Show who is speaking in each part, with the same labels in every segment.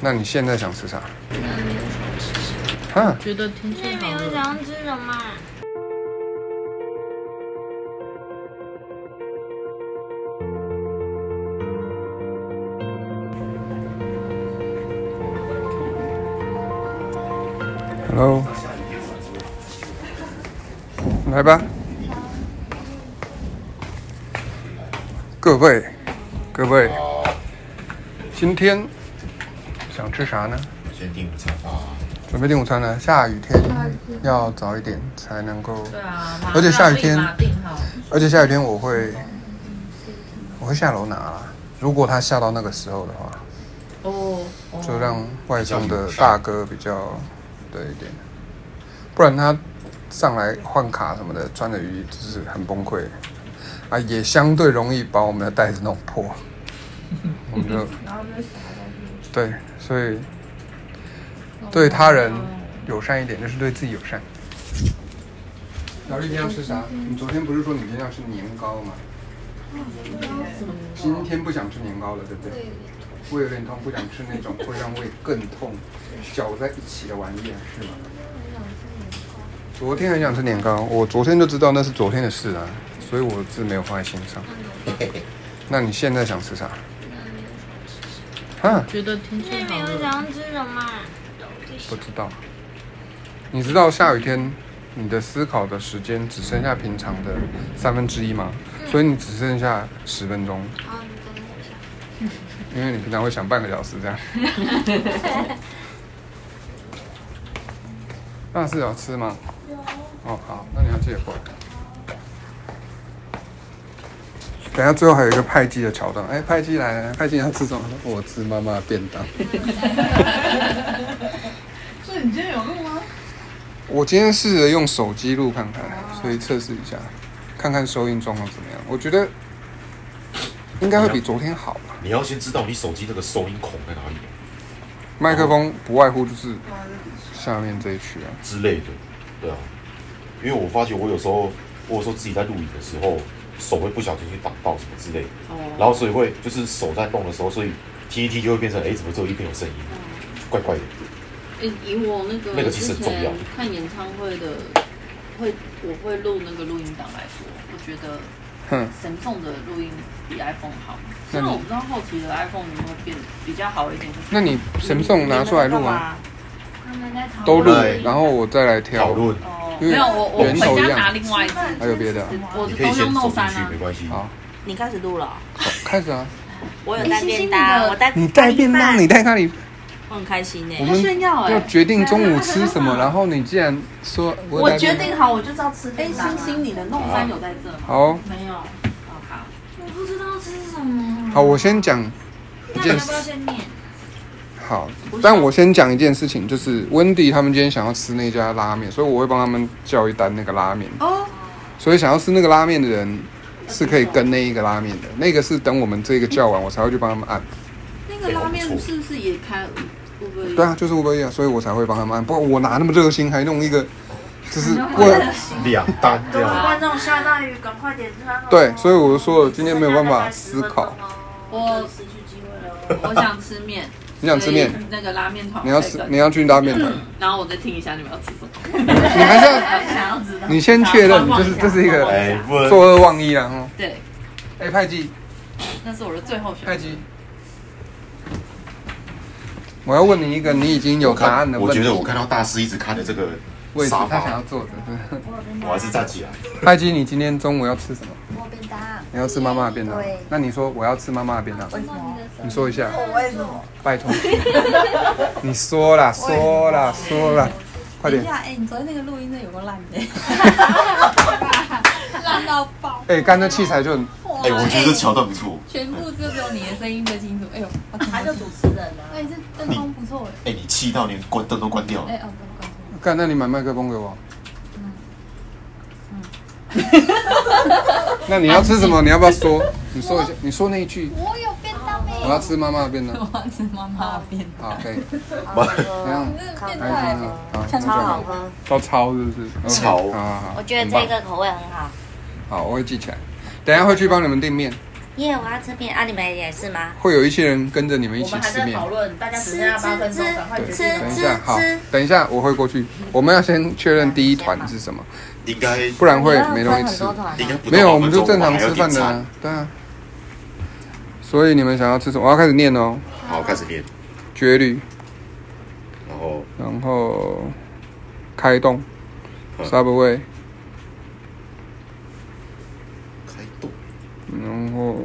Speaker 1: 那你现在想吃啥？啊，
Speaker 2: 觉得天气
Speaker 3: 没
Speaker 2: 好
Speaker 3: 有
Speaker 2: 了，
Speaker 3: 想吃什么。
Speaker 1: Hello，来吧，各位，各位，今天想吃啥呢？
Speaker 4: 先订午餐吧。
Speaker 1: 准备订午餐了。下雨天要早一点才能够，
Speaker 2: 对啊，马
Speaker 1: 而且下雨天
Speaker 2: 马定好，
Speaker 1: 而且下雨天我会，我会下楼拿啦。如果它下到那个时候的话，
Speaker 2: 哦，哦
Speaker 1: 就让外送的大哥比较对一点，不然他上来换卡什么的，穿着雨衣就是很崩溃啊，也相对容易把我们的袋子弄破。我们就
Speaker 5: 然后就撒在地
Speaker 1: 对，所以对他人友善一点，就是对自己友善。老弟，今天要吃啥？你昨天不是说你今天要吃年糕吗？
Speaker 5: 嗯
Speaker 1: 今天不想吃年糕了，对不对？胃有点痛，不想吃那种会让胃更痛、搅在一起的玩意儿，是吗？ 昨天很想吃年糕，我昨天就知道那是昨天的事啊，所以我是没有放在心 上。那你现在想吃啥？啊？
Speaker 2: 觉得天气
Speaker 3: 没
Speaker 2: 好
Speaker 3: 有
Speaker 2: 了，
Speaker 3: 想吃什么。
Speaker 1: 不知道。你知道下雨天你的思考的时间只剩下平常的三分之一吗？所以你只剩下十分钟，
Speaker 3: 哦，你等我一下。
Speaker 1: 因为你平常会想半个小时这样。那是有吃吗？有。哦，好，那你要记得过来。等一下，最后还有一个派基的桥段。哎、派基来了，派基要吃什么？我吃妈妈的便当。
Speaker 5: 所以你今天有录吗？
Speaker 1: 我今天试着用手机录看看，所以测试一下，看看收音状况怎么样。我觉得应该会比昨天好吧。
Speaker 4: 你要先知道你手机那个收音孔在哪里
Speaker 1: 麦克风不外乎就是下面这一区啊。
Speaker 4: 之类的，对啊。因为我发觉我有时候，或者说自己在录影的时候，手会不小心去挡到什么之类的，
Speaker 6: 哦
Speaker 4: 然后所以会就是手在动的时候，所以听一听就会变成，哎，怎么只有一边有声音，
Speaker 6: 哦
Speaker 4: 怪怪的。
Speaker 6: 欸以我那个
Speaker 4: 那个其实
Speaker 6: 之
Speaker 4: 很重要
Speaker 6: 前看演唱会的，会我会录那个录音档来说，我觉得
Speaker 1: 哼，
Speaker 6: 神凤的录音比 iPhone 好。
Speaker 1: 那
Speaker 6: 虽
Speaker 1: 你
Speaker 6: 然我不知道后期的 iPhone 有没有变比较好一点，就是
Speaker 1: 那你神送拿出来录啊，
Speaker 5: 啊？
Speaker 3: 他们在讨
Speaker 1: 都录
Speaker 4: 对，
Speaker 1: 然后我再来挑
Speaker 4: 讨。论，
Speaker 6: 哦，
Speaker 1: 因为
Speaker 6: 没有我我
Speaker 1: 人手
Speaker 6: 回
Speaker 1: 一
Speaker 6: 家
Speaker 1: 样
Speaker 6: 拿另外一支，
Speaker 1: 还有别的啊
Speaker 6: 我
Speaker 4: 你
Speaker 6: 哦是
Speaker 4: 可以
Speaker 6: 都
Speaker 4: 先
Speaker 6: 用
Speaker 4: 走
Speaker 6: Note
Speaker 4: 进
Speaker 6: 三
Speaker 4: 去，
Speaker 6: 啊
Speaker 4: 没。关系。
Speaker 1: 好，
Speaker 7: 你开始录了哦，
Speaker 1: 开始啊！
Speaker 7: 我有带便
Speaker 2: 你
Speaker 7: 当，
Speaker 2: 的
Speaker 7: 我带
Speaker 1: 你带便当，你，带咖喱，
Speaker 7: 我很开心呢
Speaker 1: 我。们
Speaker 6: 炫耀啊欸
Speaker 1: 要决定中午吃什么，然后你竟然说我
Speaker 5: 我
Speaker 1: 带
Speaker 5: 决
Speaker 1: 便当
Speaker 5: 定好，我就知道吃
Speaker 6: 哎，
Speaker 5: 便当啊。
Speaker 6: 星星，你的 Note 三有在这吗？
Speaker 1: 好
Speaker 6: 没有。哦好，
Speaker 3: 我不知道吃什么。
Speaker 1: 好，我先讲一
Speaker 3: 那你
Speaker 1: 件
Speaker 3: 要
Speaker 1: 事
Speaker 3: 不。要先念？
Speaker 1: 好，但我先讲一件事情，就是温迪他们今天想要吃那家拉面，所以我会帮他们叫一单那个拉面。
Speaker 5: 哦，
Speaker 1: 所以想要吃那个拉面的人是可以跟那一个拉面的，那个是等我们这个叫完，我才会去帮他们按。
Speaker 6: 那个拉面是不是也开会不会？
Speaker 1: 对啊，就是乌龟啊，所以我才会帮他们按。不然我哪那么热心，还弄一个，就是我
Speaker 4: 两单这
Speaker 5: 各位
Speaker 4: 样，
Speaker 5: 观众下大雨，赶快点餐哦。
Speaker 1: 对，所以我就说今天没有办法思考。
Speaker 6: 我
Speaker 5: 失去机会了哦。
Speaker 6: 我想吃面。
Speaker 1: 你想吃面，
Speaker 6: 所以那个拉面团
Speaker 1: 你要吃，你要去拉面团，
Speaker 6: 然后我再听一下你们要吃什么。
Speaker 1: 你还是要
Speaker 6: 想要知道。
Speaker 1: 你先确认，就是这是一个
Speaker 4: 哎，
Speaker 6: 啊
Speaker 4: 不能
Speaker 1: 作恶忘一然后，
Speaker 6: 对，
Speaker 1: 哎，派记，
Speaker 6: 那是我的最后选
Speaker 1: 太
Speaker 6: 择。
Speaker 1: 极，我要问你一个你已经有答案的
Speaker 4: 我
Speaker 1: 问题。
Speaker 4: 觉得我看到大师一直看着这个
Speaker 1: 位置
Speaker 4: 沙
Speaker 1: 他想要
Speaker 4: 发，
Speaker 1: 坐着。对
Speaker 4: 我还是站起来。
Speaker 1: 太极，你今天中午要吃什么？
Speaker 8: 我便当。
Speaker 1: 你要吃妈妈的便当
Speaker 8: 对。
Speaker 1: 那你说我要吃妈妈的便当，你说一下，
Speaker 8: 我为什么？
Speaker 1: 拜托。你说啦，说啦，说啦，快
Speaker 8: 等
Speaker 1: 点
Speaker 8: 一。下，哎、你昨天那个录音真的有个烂 的，烂到爆！
Speaker 1: 哎，干这器材就很
Speaker 4: 哎，我觉得这桥段不错。
Speaker 8: 全部就只有你的声音最清楚。哎呦，我天
Speaker 5: 他
Speaker 8: 哪
Speaker 5: 就主持人啊。
Speaker 8: 哎，这灯光不错
Speaker 4: 哎，你气到连关灯都关掉
Speaker 8: 哎。哎
Speaker 4: 了。
Speaker 8: 哦，不关注。
Speaker 1: 干，那你买麦克风给我。 那你要吃什么？你要不要说？你说一下，你说那一句。
Speaker 8: 我有便当没？
Speaker 1: 我要吃妈妈的便当。
Speaker 8: 我要吃妈妈的便
Speaker 1: 好，可以。
Speaker 4: 我
Speaker 1: 怎样？
Speaker 8: 当，变
Speaker 1: 开
Speaker 8: 态
Speaker 1: 心
Speaker 8: 了。
Speaker 1: 啊！好，
Speaker 8: 像超好
Speaker 1: 喝，都超是不是？OK，
Speaker 4: 超
Speaker 1: 好好好，
Speaker 7: 我觉得
Speaker 1: 很棒
Speaker 7: 这个口味很好，
Speaker 1: 好，我会记起来。等一下会去帮你们订面，
Speaker 7: 耶，我要吃面啊！你们也是吗？
Speaker 1: 会有一些人跟着你们一
Speaker 6: 我
Speaker 1: 起
Speaker 6: 们还
Speaker 1: 吃
Speaker 6: 在
Speaker 1: 面
Speaker 6: 讨。论，大家只剩下八分钟，赶快决定
Speaker 1: 等
Speaker 6: 吧
Speaker 1: 一。下，好，等一下，我会过去。我们要先确认第一团是什么，
Speaker 4: 应该
Speaker 1: 不然会没东西吃。
Speaker 4: 应该不到
Speaker 1: 没有，
Speaker 4: 八
Speaker 1: 我
Speaker 4: 分
Speaker 1: 们
Speaker 4: 钟
Speaker 1: 就正常
Speaker 4: 吧还
Speaker 1: 吃
Speaker 4: 要
Speaker 1: 饭
Speaker 4: 点
Speaker 1: 的
Speaker 4: 餐
Speaker 1: 啊。对啊。所以你们想要吃什么？我要开始念哦。
Speaker 4: 好，开始练，
Speaker 1: 绝旅，
Speaker 4: 然后
Speaker 1: 然后开动
Speaker 4: 嗯
Speaker 1: ，Subway，
Speaker 4: 开动。
Speaker 1: 然后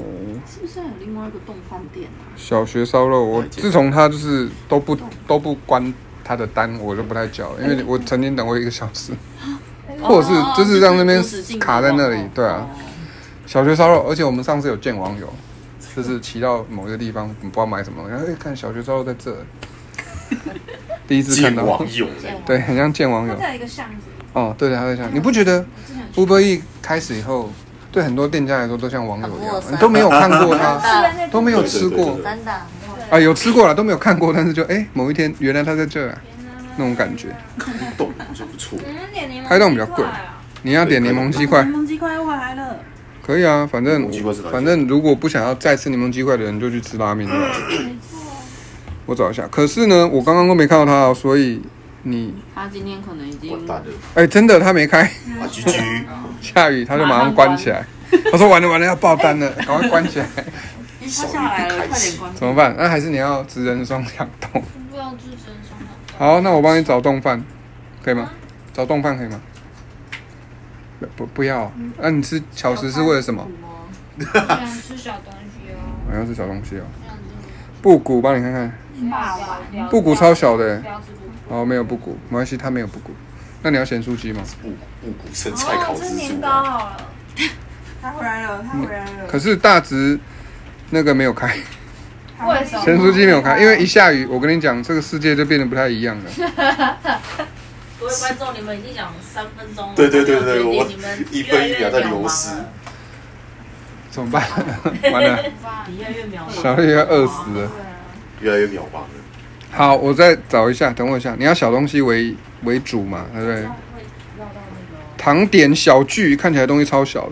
Speaker 6: 是不是还有另外一个冻饭店啊？
Speaker 1: 小学烧肉。我
Speaker 4: 了解
Speaker 1: 自从他就是都不都不关他的单，我就不太叫，因为我曾经等过一个小时。或者是
Speaker 6: 哦
Speaker 1: 就是让那边
Speaker 6: 无止境的
Speaker 1: 卡在那里
Speaker 6: 往后
Speaker 1: 对啊小学烧肉，而且我们上次有见网友，就是骑到某一个地方，不知道买什么，然后哎、看小学烧肉在这，第一次看
Speaker 4: 见
Speaker 1: 到，
Speaker 4: 网友这样，
Speaker 1: 对，很像见网友。
Speaker 3: 在一个巷子，
Speaker 1: 哦，对的，他在想，你不觉得
Speaker 3: 我之前去
Speaker 1: Uber E 开始以后，对很多店家来说都像网友一样
Speaker 7: 很陌，生
Speaker 1: 你都没有看过他，
Speaker 3: 的
Speaker 1: 都没有吃过
Speaker 4: 对对对对
Speaker 7: 真的，
Speaker 1: 啊，有吃过了，都没有看过，但是就哎、某一天原来他在这、啊，那种感觉。
Speaker 4: 开动好像不错。
Speaker 3: 我们点柠檬
Speaker 1: 开动比较贵
Speaker 3: 鸡块啊
Speaker 1: 你要点柠檬鸡块，
Speaker 6: 柠檬鸡块又回来了，
Speaker 1: 可以啊，反正
Speaker 4: 柠檬鸡块是哪一家
Speaker 1: 反正如果不想要再吃柠檬鸡块的人，就去吃拉面就好了。我找一下，可是呢，我刚刚都没看到他、哦，所以你
Speaker 6: 他今天可能已经
Speaker 4: 完蛋了，
Speaker 1: 哎、真的他没开，
Speaker 4: 啊居居，
Speaker 1: 下雨他就马上关起来。他说完了完了要爆单了，赶快关起来，
Speaker 6: 他下来了，快点关。
Speaker 1: 怎么办？那还是你要直人双响动。
Speaker 3: 我不要吃真双啊的，
Speaker 1: 好，那我帮你找冻饭，可以吗？找冻饭可以吗？不不不要啊，那、你吃巧食是为了什么？
Speaker 3: 嗯我想吃小东西哦，
Speaker 1: 我要吃小东西哦。
Speaker 3: 我想吃
Speaker 1: 布谷，帮你看看。
Speaker 3: 霸王
Speaker 1: 布谷超小的欸
Speaker 3: 不要吃布谷，
Speaker 1: 哦，没有布谷，没关系，他没有布谷。那你要咸酥鸡吗？
Speaker 4: 布布谷生菜烤
Speaker 5: 吃
Speaker 4: 蜘
Speaker 5: 年
Speaker 4: 蛛
Speaker 5: 糕
Speaker 4: 啊，
Speaker 5: 好了。他回来了，他回来了。
Speaker 1: 可是大直那个没有开，
Speaker 3: 我也是。
Speaker 1: 咸酥鸡没有开，因为一下雨，我跟你讲，这个世界就变得不太一样了。
Speaker 6: 各位观众，你们已经讲三分钟了，
Speaker 4: 对对对对
Speaker 6: 决定
Speaker 4: 我
Speaker 6: 你们
Speaker 4: 一分一秒
Speaker 6: 越来
Speaker 4: 在
Speaker 6: 越
Speaker 4: 流
Speaker 6: 渺茫
Speaker 4: 失
Speaker 6: 了
Speaker 1: 怎么办？ 完了，
Speaker 6: 你越来越渺茫。
Speaker 1: 小绿要饿死了。
Speaker 4: 越来越渺茫了。
Speaker 1: 好，我再找一下，等我一下。你要小东西为为主嘛，对不对？糖点小巨，看起来东西超小的，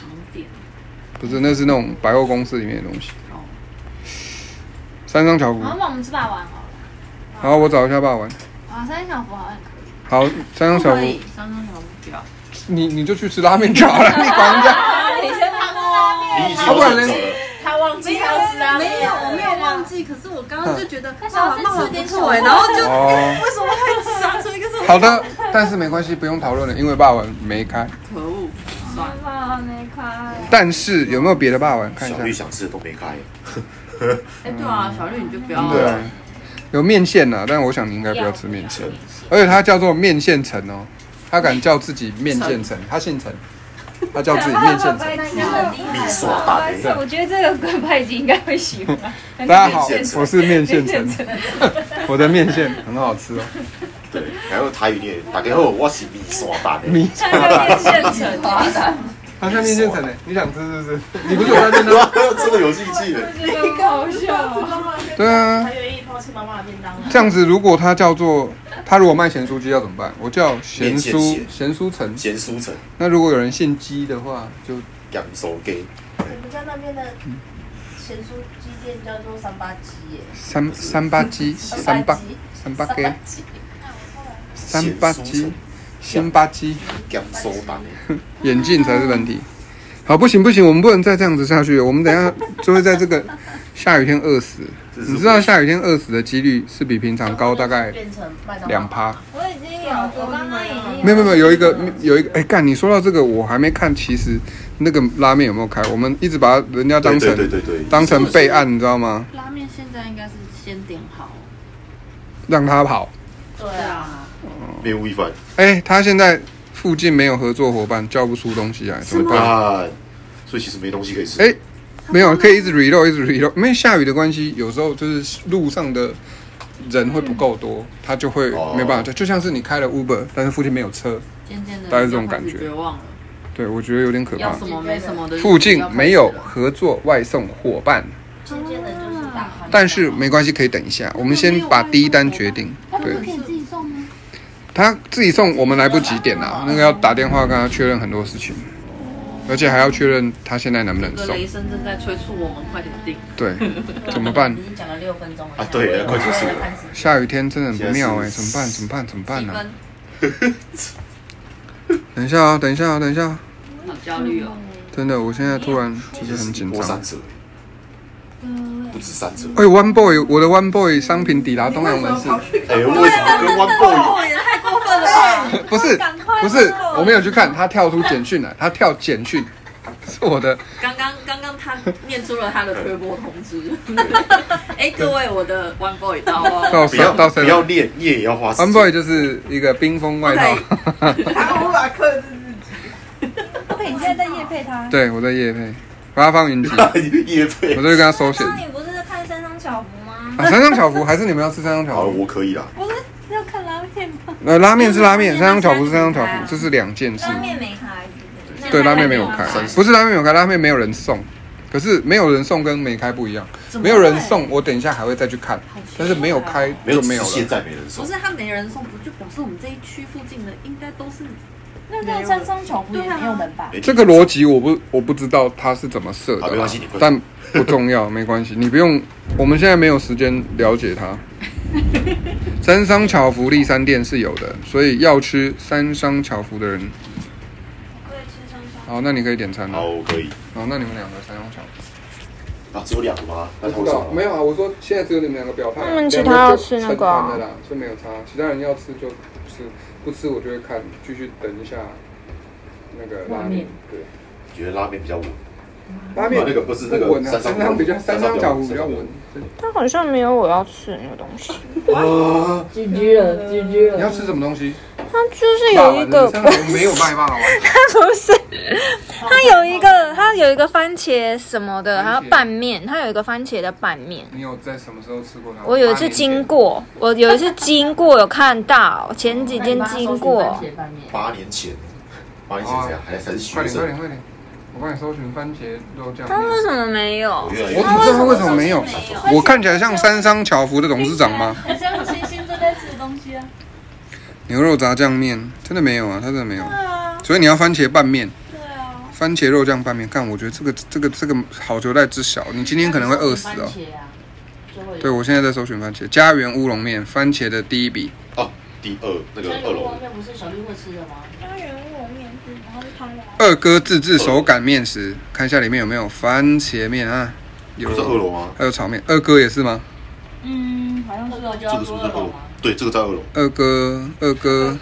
Speaker 6: 糖点，
Speaker 1: 不是，那是那种百货公司里面的东西。三张巧虎，
Speaker 3: 好，那我们吃霸王好了。
Speaker 1: 好，我找一下霸王。
Speaker 3: 啊，三小福好像可以。
Speaker 1: 好，三张巧
Speaker 6: 可
Speaker 1: 虎
Speaker 6: 以，，三张小不要。
Speaker 1: 你你就去吃拉面就 好了，你管人家。
Speaker 6: 你先放哦。
Speaker 4: 你已经有选择了，
Speaker 6: 他忘记他要吃啊，
Speaker 8: 没有，我没有忘记，可是我刚刚就觉得
Speaker 6: 嗯
Speaker 3: 想要
Speaker 8: 哇，
Speaker 3: 再
Speaker 8: 那我
Speaker 3: 吃点
Speaker 8: 不
Speaker 3: 小
Speaker 8: 错哎，然后就
Speaker 1: 哦，
Speaker 8: 为什么会想出一个这种？
Speaker 1: 好的，但是没关系，不用讨论了，因为霸王没开。
Speaker 6: 可恶，算了。
Speaker 3: 霸王没开。
Speaker 1: 但是有没有别的霸王？看一
Speaker 4: 小绿
Speaker 1: 下。
Speaker 4: 想吃的都没开，
Speaker 6: 哎，对啊，小绿你就不要。
Speaker 1: 对啊，有面线呐、但我想你应该不要吃面线
Speaker 4: 要，
Speaker 1: 而且它叫做面线城哦，他敢叫自己面线 城，他姓陈，他叫自己面线城。
Speaker 4: 你刷蛋欸
Speaker 3: 我觉得这个龟派鸡应该会喜欢。
Speaker 1: 大家好
Speaker 4: 面线，城
Speaker 1: 我是面线城， 我的面线很好吃哦，
Speaker 4: 对，还有台语念，大家好，我是米刷蛋欸
Speaker 1: 米
Speaker 3: 它叫变现成，
Speaker 1: 它像面线城呢，你想吃是不是？你不是有在认 真？
Speaker 4: 哇这个有兴趣了，
Speaker 3: 这个好笑。
Speaker 1: 对啊，
Speaker 6: 愿意抛弃妈妈的便当。
Speaker 1: 这样子如果它叫做它如果卖咸酥鸡要怎么办？我叫咸
Speaker 4: 面线
Speaker 1: 酥
Speaker 4: 咸
Speaker 1: 咸酥城，
Speaker 4: 咸酥城
Speaker 1: 那如果有人姓鸡的话，就
Speaker 4: 养熟鸡，
Speaker 5: 我们家那边的咸酥鸡店叫做三八鸡耶，
Speaker 1: 三三八鸡，三八三八鸡，
Speaker 5: 鸡，
Speaker 1: 三八鸡，三八鸡，
Speaker 4: 养熟蛋欸
Speaker 1: 眼镜才是问题。好，不行不行，我们不能再这样子下去了，我们等一下就会在这个下雨天饿死。
Speaker 4: 这是
Speaker 1: 你知道下雨天饿死的几率是比平常高大概
Speaker 5: 变成麦当劳
Speaker 1: 两趴。
Speaker 3: 我已经有，我刚刚已经
Speaker 1: 没有没有没有，有一个有一个，哎、干，你说到这个，我还没看，其实那个拉面有没有开？我们一直把人家当成
Speaker 4: 对对对对对，
Speaker 1: 当成备案，你知道吗？
Speaker 6: 拉面现在应该是先点好。
Speaker 1: 让他跑。
Speaker 5: 对
Speaker 6: 对
Speaker 5: 啊，
Speaker 6: 啊，
Speaker 4: 没有一番，
Speaker 1: 哎、他现在附近没有合作伙伴，叫不出东西来，怎么办？
Speaker 4: 啊，所以其实没东西可以吃，
Speaker 1: 哎、没有，可以一直 reload，一直 reload，因为下雨的关系，有时候就是路上的人会不够多，他就会
Speaker 4: 哦
Speaker 1: 没办法。就就像是你开了 Uber，但是附近没有车，
Speaker 6: 渐渐的，
Speaker 1: 大概这种感觉
Speaker 6: 绝望了，
Speaker 1: 对我觉得有点可
Speaker 6: 要
Speaker 1: 怕
Speaker 6: 什。
Speaker 8: 啊
Speaker 6: 么没什么的，
Speaker 1: 附近没有合作外送伙伴，
Speaker 5: 渐渐的就是大汉。
Speaker 1: 但是没关系，可以等一下，我们先把第一单决定。对，
Speaker 8: 以自己送吗？
Speaker 1: 他自己送我们来不及点啊，那个要打电话跟他确认很多事情。而且还要确认他现在能不能
Speaker 6: 有个
Speaker 1: 送。
Speaker 6: 雷声正在催促我们快点订。
Speaker 1: 对，怎么办
Speaker 5: 已？经讲了六分钟了
Speaker 4: 啊对快结束了
Speaker 5: 开
Speaker 1: 哎
Speaker 5: 始
Speaker 1: 下雨天真的很不妙哎、
Speaker 4: 现在是
Speaker 1: 怎么办？怎么办？怎么办
Speaker 6: 积
Speaker 1: 呢、
Speaker 6: 分，
Speaker 1: 等一下啊，等一下啊，等一下啊、
Speaker 6: 好焦虑哦。
Speaker 1: 真的，我现在突然其实很紧
Speaker 4: 过
Speaker 1: 张
Speaker 4: 三。折，不止三折。
Speaker 1: 哎，One Boy，我的 One Boy 商品抵达东阳门市，
Speaker 4: 哎、为什么跟 One Boy
Speaker 8: 也太过分了吧！
Speaker 1: 不是不是，我没有去看，他跳出简讯来，他跳简讯，是我 的，
Speaker 6: 刚刚刚刚他念出了他的推播通知。 哎，各位，我的 One Boy 到哦。
Speaker 1: 到
Speaker 4: 不要
Speaker 1: 到
Speaker 4: 不
Speaker 1: 谁
Speaker 4: 要练，你也要花时间。
Speaker 1: ？One Boy 就是一个冰封外套，
Speaker 8: 还无法克制自己。
Speaker 3: 对，你现在在夜配他。
Speaker 1: 对，我在夜配八方 云集，
Speaker 4: 也
Speaker 1: 我
Speaker 4: 配。
Speaker 1: 都会跟他收钱
Speaker 3: 刚刚你不是在看山上巧福吗？
Speaker 1: 啊。三张巧福还是你们要吃三张
Speaker 4: 好
Speaker 1: 巧
Speaker 4: 了，
Speaker 1: 福？
Speaker 4: 我可以啦。
Speaker 3: 不是要看拉面吗？
Speaker 1: 呃，拉面是拉面，三张巧福是三张啊巧福，这是两件事。
Speaker 3: 拉面没开，那
Speaker 1: 对，拉面没有开
Speaker 4: 三，十
Speaker 1: 不是拉面没有开，拉面没有人送。可是没有人送跟没开不一样，
Speaker 6: 怎么
Speaker 1: 没有人送，我等一下还会再去看
Speaker 6: 奇怪，
Speaker 1: 但是没有开
Speaker 4: 没
Speaker 1: 就
Speaker 4: 有，
Speaker 1: 没有
Speaker 4: 只是现
Speaker 1: 了。
Speaker 4: 在没人送
Speaker 6: 不。是他没人送，不就表示我们这一区附近的应该都是
Speaker 7: 那那山上巧虎也没有门吧？
Speaker 4: 没
Speaker 1: 这个逻辑我不我不知道它是怎么设的啊，
Speaker 4: 好没关系你快
Speaker 1: 但不重要，没关系，你不用，我们现在没有时间了解它。三商巧福利三店是有的，所以要吃三商巧福的人，好，那你可以点餐
Speaker 4: 好，
Speaker 1: 了。
Speaker 4: 我可以。
Speaker 1: 好，那你们两个三商巧福。
Speaker 4: 啊，只有两个吗？那他
Speaker 1: 不
Speaker 4: 会
Speaker 1: 知道
Speaker 4: 送，
Speaker 1: 没有啊，我说现在只有你们两个表态啊，
Speaker 2: 他们其他要吃那个啊
Speaker 1: 两个就成团的啦，所以没有差，其他人要吃就吃，不吃我就会看，继续等一下那个拉面，对，
Speaker 4: 觉得拉面比较稳。
Speaker 1: 拉面
Speaker 4: 啊那个不是那个
Speaker 1: 稳啊，
Speaker 4: 三
Speaker 1: 三
Speaker 4: 张
Speaker 1: 张比较三
Speaker 4: 三
Speaker 1: 张
Speaker 4: 张
Speaker 1: 脚
Speaker 4: 脚
Speaker 1: 骨
Speaker 4: 骨
Speaker 1: 比较稳。
Speaker 2: 他好像没有我要吃的那个东西。
Speaker 4: 啊，
Speaker 9: GG 了，GG
Speaker 1: 你
Speaker 9: 了。
Speaker 1: 要吃什么东西？
Speaker 2: 他就是有一个，
Speaker 1: 霸王人参没有卖霸王，
Speaker 2: 不是，他有一个，他有一个番茄什么的，还有拌面，他有一个番茄的拌面。
Speaker 1: 你有在什么时候吃过它？
Speaker 2: 我有一次经过，我有一次经过有看到，前几天经过，
Speaker 4: 八年前，八年前这样，还还是
Speaker 1: 八哦
Speaker 4: 学
Speaker 1: 年前，快点快点
Speaker 4: 生。
Speaker 1: 快点，我帮你搜寻番茄肉酱
Speaker 2: 他
Speaker 1: 面。
Speaker 2: 为什么没有
Speaker 4: 我？越来越
Speaker 1: 我不知道他为什么没有，我看起来像三商巧福的董事长吗？
Speaker 3: 很像星星正在吃的东西啊。
Speaker 1: 牛肉炸酱面真的没有啊，他真的没有。所以你要番茄拌面。
Speaker 3: 啊
Speaker 1: 番茄肉酱拌面，干，我觉得这个这个这个好球待知晓，你今天可能会饿死哦。对，我现在在搜寻番茄，家园乌龙面，番茄的第一笔。
Speaker 4: 哦，第二那个二楼
Speaker 7: 面不是小绿会吃的吗？
Speaker 3: 家园我面是，然后是汤圆。
Speaker 1: 二哥自制手擀面食，看一下里面有没有番茄面啊？有
Speaker 4: 不是，二楼吗？
Speaker 1: 还有炒面。二哥也是吗？
Speaker 7: 嗯，好像是我就
Speaker 4: 这个是不是在二楼？对，这个在二楼。
Speaker 1: 二哥，二哥，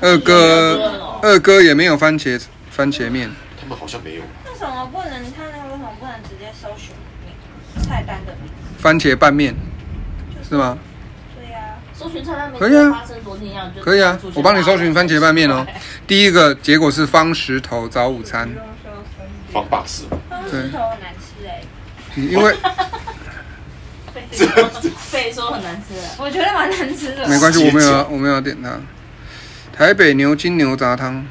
Speaker 1: 二哥，二哥也没有番茄番茄面。
Speaker 4: 他们好像没有。
Speaker 3: 为什么不能？他那为什么不能直接搜寻名菜单的名？
Speaker 1: 番茄拌面，是吗？
Speaker 3: 对呀、
Speaker 7: 搜寻菜单没
Speaker 1: 可以啊
Speaker 7: 发生昨天一样，就
Speaker 1: 可以啊
Speaker 7: 出，去
Speaker 1: 我帮你搜寻
Speaker 7: 拉
Speaker 1: 番茄拌面 哦。第一个结果是方石头早午餐，
Speaker 4: 放 box，
Speaker 3: 啊，
Speaker 1: 对
Speaker 3: 石头很难吃哎、
Speaker 1: 因 为
Speaker 7: 被说很难吃的。
Speaker 3: 我觉得蛮难吃的。
Speaker 1: 没关系，我
Speaker 4: 谢谢
Speaker 1: 没有啊要我没有要点它。台北牛筋牛杂汤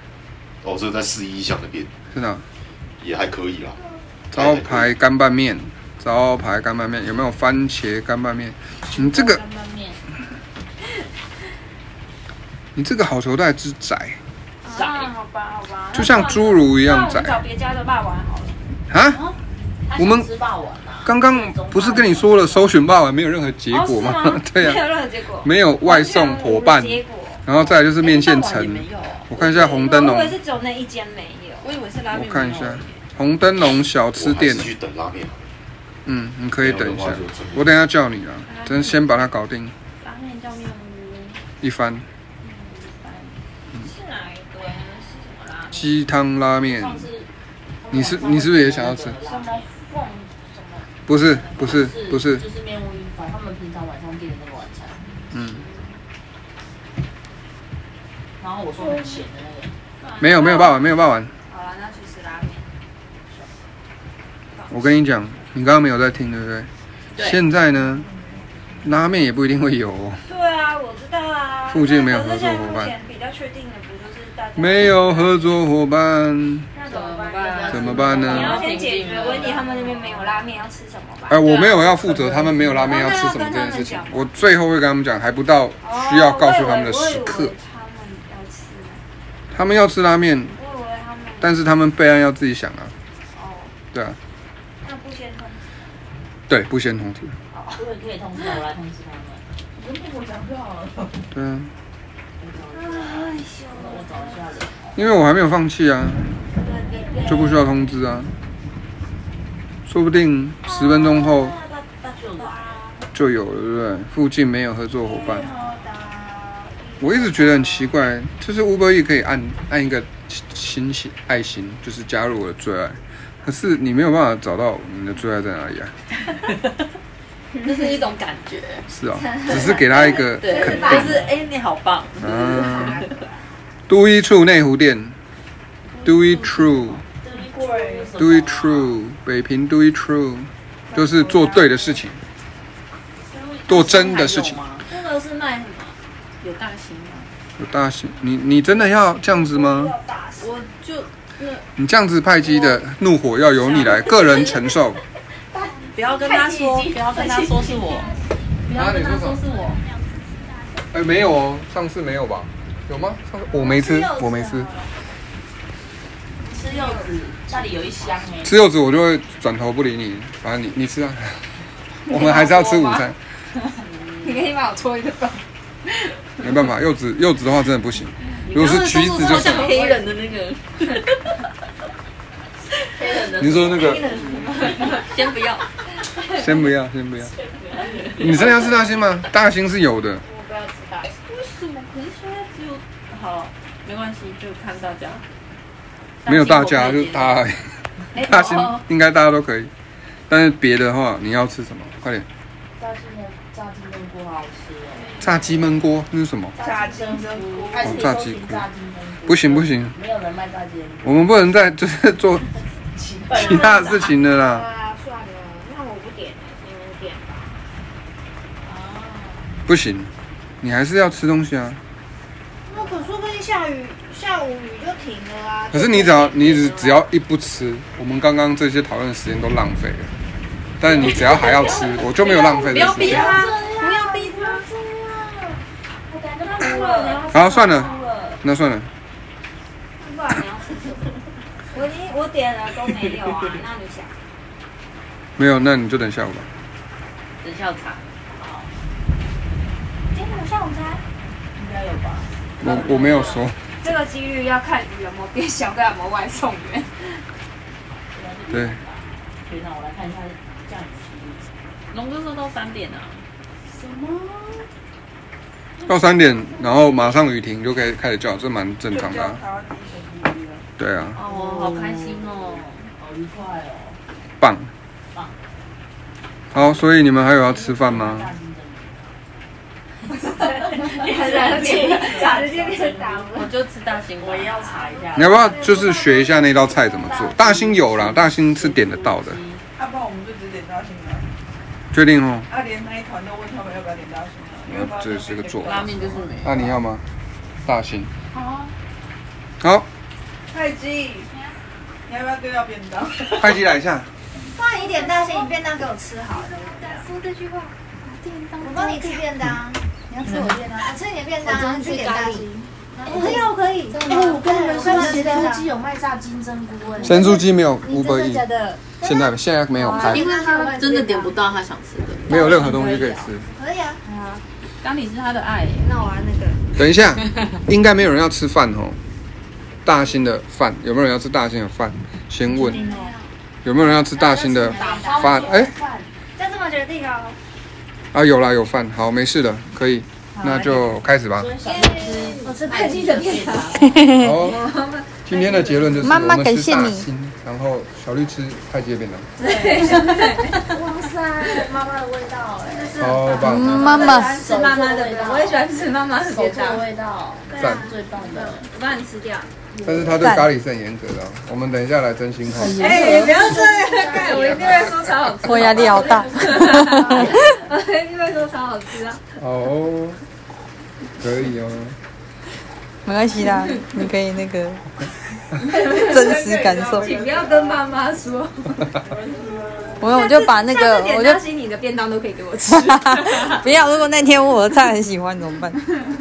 Speaker 4: 哦，这个在四一巷那边
Speaker 1: 是哪？
Speaker 4: 也还可以啦。
Speaker 1: 招牌干拌面，招牌干拌面有没有番茄干拌面？你这个， 你这个好球袋之窄，
Speaker 3: 啊，好吧，好吧。
Speaker 1: 就像侏儒一
Speaker 3: 一
Speaker 1: 样
Speaker 3: 那
Speaker 1: 窄
Speaker 3: 我们找别家的霸王好了。
Speaker 1: 啊！我们
Speaker 7: 吃霸王啊，
Speaker 1: 刚刚不是跟你说了，搜寻霸王没有任何结
Speaker 3: 哦，
Speaker 1: 果
Speaker 3: 是
Speaker 1: 吗
Speaker 3: 吗？
Speaker 1: 对
Speaker 3: 没
Speaker 1: 呀，
Speaker 3: 有任何结果。
Speaker 1: 没有外送伙伴
Speaker 3: 完，全无结果。哎
Speaker 1: 然后再来就是面线
Speaker 6: 霸王也
Speaker 1: 城
Speaker 6: 没。有哦，
Speaker 1: 我看一下红灯笼
Speaker 3: 我以，为是只有那一间没有。
Speaker 6: 我以为是拉面。
Speaker 1: 我看一下，红灯笼小吃
Speaker 4: 我还
Speaker 1: 店
Speaker 4: 是，去等拉面。
Speaker 1: 嗯，你可以等一
Speaker 4: 没
Speaker 1: 下
Speaker 4: 有的话就真，的
Speaker 1: 我等一下叫你啊，真先把它搞定
Speaker 3: 拉面叫面屋，
Speaker 1: 一番。
Speaker 3: 是哪一个呀？是什么拉面？
Speaker 1: 鸡汤拉面，
Speaker 7: 上次
Speaker 1: 你是你是不是也想要吃？
Speaker 7: 什么
Speaker 3: 凤什么？
Speaker 1: 不是不是不是，
Speaker 7: 就是面无云凡他们平常晚上订的那个晚餐，
Speaker 1: 嗯，
Speaker 7: 然后我说很咸的那个，
Speaker 1: 没有没有办法没有办法。
Speaker 3: 好了，那去吃拉面。
Speaker 1: 我跟你讲，你刚刚没有在听对不对？
Speaker 6: 对
Speaker 1: 现在呢，拉面也不一定会有哦，
Speaker 3: 对啊，我知道啊。
Speaker 1: 附近没有合作伙伴
Speaker 3: 那可是现在目前比较确定的不就是大家
Speaker 1: 没有合作伙伴，
Speaker 3: 那怎么办？
Speaker 6: 啊
Speaker 1: 怎么办
Speaker 3: 你
Speaker 1: 呢？
Speaker 3: 要先解决温迪他们那边没有拉面要吃什么吧
Speaker 1: 哎，。我没有要负责他们没有拉面要吃什么这件事情，我最后会跟他们讲，还不到
Speaker 3: 哦
Speaker 1: 啊需要告诉他们的时刻
Speaker 3: 我以为。他们要吃，
Speaker 1: 他们要吃拉面，
Speaker 3: 我以为他们哦
Speaker 1: 但是他们备案要自己想啊。对啊，
Speaker 3: 那不先通知，
Speaker 1: 对，不先通知。
Speaker 7: 如果你可以通知我，我来通知他们。
Speaker 8: 你跟我讲就好了。
Speaker 1: 对啊，
Speaker 7: 我找一下人。
Speaker 1: 因为我还没有放弃啊，就不需要通知啊。说不定十分钟后就啊有了，对不对？附近没有合作伙伴。我一直觉得很奇怪，就是 Uber E 可以按按一个心心爱心，就是加入我的最爱，可是你没有办法找到你的最爱在哪里啊？
Speaker 6: 这是一种感觉，
Speaker 1: 是啊，只是给他一个
Speaker 6: 对，
Speaker 1: 肯
Speaker 6: 就
Speaker 1: 定
Speaker 6: 是。哎，你好棒，
Speaker 1: 嗯，都一处内湖店，Do it true。Do it true，北平 Do it true，就是做对的事情，做真的事情。
Speaker 6: 那个是卖什么？有大型吗？
Speaker 1: 有大型，你你真的要这样子吗？
Speaker 6: 我就
Speaker 1: 你这样子派机的怒火要由你来个人承受。
Speaker 6: 不要跟他说，不要跟他说是我，
Speaker 1: 不要跟他说是我。哎，没有哦，上次没有吧？有吗？上次我没
Speaker 6: 啊
Speaker 1: 吃，我没吃。
Speaker 7: 吃柚子，那里有一箱哎。
Speaker 1: 吃柚子我就会转头不理你，反正你你 吃啊。我们还是要吃午餐。
Speaker 6: 你可以帮我搓一个吧。
Speaker 1: 没办法，柚子柚子的话真的不行。如果是橘子就
Speaker 6: 超
Speaker 1: 是，
Speaker 6: 像黑人的那 个，
Speaker 1: 您说那个
Speaker 6: 先不要，
Speaker 1: 先不要，先不要。你真的要吃大兴吗？大兴是有的，
Speaker 6: 可是现在只有好，没关系，就看大家。
Speaker 1: 没有大家就大家而已，
Speaker 6: 哎
Speaker 1: 大兴
Speaker 6: 哦
Speaker 1: 应该大家都可以。但是别的话，你要吃什么？快点，
Speaker 7: 炸鸡的炸鸡面锅好好吃哦，
Speaker 1: 炸鸡焖锅那是什么？
Speaker 8: 炸鸡真菇，
Speaker 7: 还是你搜寻炸鸡面锅？
Speaker 1: 嗯不行不行，
Speaker 7: 没有人卖炸鸡面
Speaker 1: 我
Speaker 7: 锅，
Speaker 1: 们不能再 就是做其他的事情了啦。
Speaker 3: 啊，算了，那我不点了，你们点。
Speaker 1: 不行，你还是要吃东西啊。
Speaker 3: 那可说不定下雨，下午雨就停了啊。
Speaker 1: 可是你只要你只只要一不吃，我们刚刚这些讨论的时间都浪费了。但是你只要还要吃，我就没有浪费
Speaker 6: 不
Speaker 1: 的
Speaker 6: 要
Speaker 1: 时
Speaker 6: 逼
Speaker 1: 间。
Speaker 6: 他，
Speaker 3: 不要逼他这样，我感觉他哭了。
Speaker 1: 好，算了，那算了。
Speaker 3: 不然你要吃什么？我已经我点了都没有啊，那你想？
Speaker 1: 没有，那你就等下午吧。
Speaker 6: 等下茶。
Speaker 3: 今天有下午茶，
Speaker 7: 应该有吧？
Speaker 1: 我我没有说，
Speaker 3: 这个几率要看雨有没有变小，跟有没有外送员。
Speaker 1: 对，
Speaker 7: 天哪，我来看一下这样子。
Speaker 6: 龙哥说到三点啊，
Speaker 1: 到三点，然后马上雨停就可以开始叫，这蛮正常的、啊。对啊，
Speaker 6: 哦，好开心哦。
Speaker 7: 好愉快哦！
Speaker 1: 棒
Speaker 7: 棒。
Speaker 1: 好，所以你们还有要吃饭
Speaker 7: 炸
Speaker 1: 吗？
Speaker 7: 鸡面锅
Speaker 3: 很冷静， 直接变打
Speaker 6: 我就吃大型，我
Speaker 7: 我也要查一下
Speaker 1: 你。要不要就是学一下那道菜怎么做？大兴有啦，大兴是点得到的，
Speaker 8: 要啊不然我们就只点大兴了。
Speaker 1: 确定哦。
Speaker 8: 阿啊连那一团都问他们要不要点大兴了，因为
Speaker 1: 嗯这是个做法
Speaker 6: 拉面就是没有。
Speaker 1: 那你要吗？大兴。
Speaker 5: 啊
Speaker 1: 好。好，
Speaker 8: 泰姬，你要不要丢掉便当？
Speaker 1: 会计来一下。
Speaker 5: 不然你点大型，你便当给我吃好了。说这句话，我帮你吃便当，你要吃我便当，我吃你的便当，然后你去点大型。我要可以，哎，我跟你们说，咸酥鸡有卖炸金针菇哎，
Speaker 1: 神猪鸡没有
Speaker 5: 你
Speaker 1: 五百
Speaker 5: 真的
Speaker 1: 亿
Speaker 5: 假，的？啊
Speaker 1: 现在现在没有开，
Speaker 6: 因为他真的点不到他想吃的，
Speaker 1: 没有任何东西可以吃。
Speaker 5: 可以啊，
Speaker 6: 咖喱是他的爱耶。
Speaker 5: 那我玩那个。
Speaker 1: 等一下，应该没有人要吃饭哦。大兴的饭有没有人要吃大兴的饭？先问
Speaker 5: 哦
Speaker 1: 有没有人要吃大兴的饭？哎、
Speaker 3: 就这么决定哦。
Speaker 1: 啊，有啦，有饭，好，没事的，可以，那就开始吧。
Speaker 2: 哦
Speaker 5: 我吃派鸡的便当，
Speaker 1: 好，今天的结论就是
Speaker 2: 妈妈
Speaker 1: 我们吃大
Speaker 2: 感谢
Speaker 1: 兴，然后小绿吃太极便当，
Speaker 5: 哇塞，妈妈的味道哎，
Speaker 1: 超棒，
Speaker 2: 妈妈，
Speaker 5: 是妈妈的味道，我也喜欢吃妈妈的
Speaker 7: 手做味道，
Speaker 1: 赞。
Speaker 7: 最棒的。
Speaker 6: 我帮你吃掉。
Speaker 1: 但是他对咖喱是很严格的哦，我们等一下来真心话。
Speaker 8: 哎，不要这样，干我一定会说超好吃。
Speaker 2: 我压力好大。
Speaker 6: 因为说超好吃啊。
Speaker 1: 好哦，可以哦。
Speaker 2: 没关系 啦，你可以那个真实感受。
Speaker 6: 请不要跟妈妈说。
Speaker 2: 我我就把那个，我就
Speaker 6: 心你的便当都可以给我吃。
Speaker 2: 不要。如果那天我的菜很喜欢怎么办？哦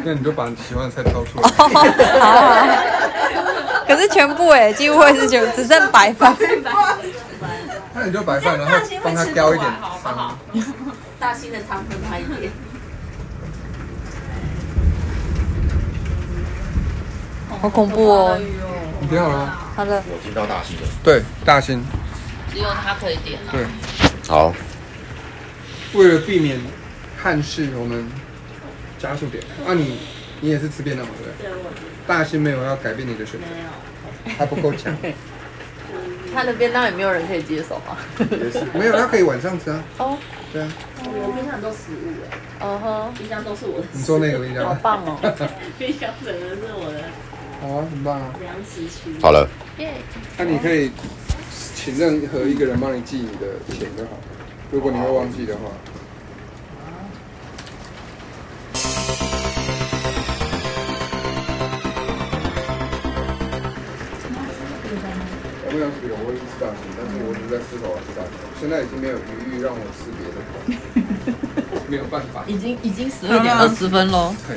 Speaker 1: 那你就把你喜欢的菜挑出来。
Speaker 2: 好好好，啊可是全部哎、几乎会是全，只剩白饭。
Speaker 1: 那你就白饭，然后帮他叼一点汤。
Speaker 6: 大兴的汤分他一点。
Speaker 2: 好恐怖哦！
Speaker 1: 你不要了。
Speaker 2: 好了，
Speaker 4: 我听到大西的。
Speaker 1: 对，大兴，
Speaker 7: 只有他可以点了。
Speaker 1: 对，
Speaker 4: 好，
Speaker 1: 为了避免汉室，我们加速点。啊你，你也是吃便当嘛，对不对？大兴没有要改变你的选择，他不够强，
Speaker 6: 他的便当也没有人可以接手啊。
Speaker 1: 也是没有，他可以晚上吃啊。
Speaker 6: 哦，
Speaker 1: 对啊，
Speaker 7: 我冰箱都食物哎，
Speaker 6: 嗯哼，
Speaker 7: 冰箱都是我的，
Speaker 1: 你做那个我跟你讲，
Speaker 6: 好棒哦！
Speaker 7: 冰箱整个是我的
Speaker 1: 好啊，很棒啊。
Speaker 7: 粮食区。
Speaker 4: 好了，
Speaker 1: 那你可以请任何一个人帮你记你的钱就好，如果你会忘记的话。我不想吃饼，我也吃大饼，但是我只是在思考我要吃大饼，现在已经没有余裕让我吃别的了，没有办法。
Speaker 6: 已经已经十二点二十分喽。
Speaker 1: 对，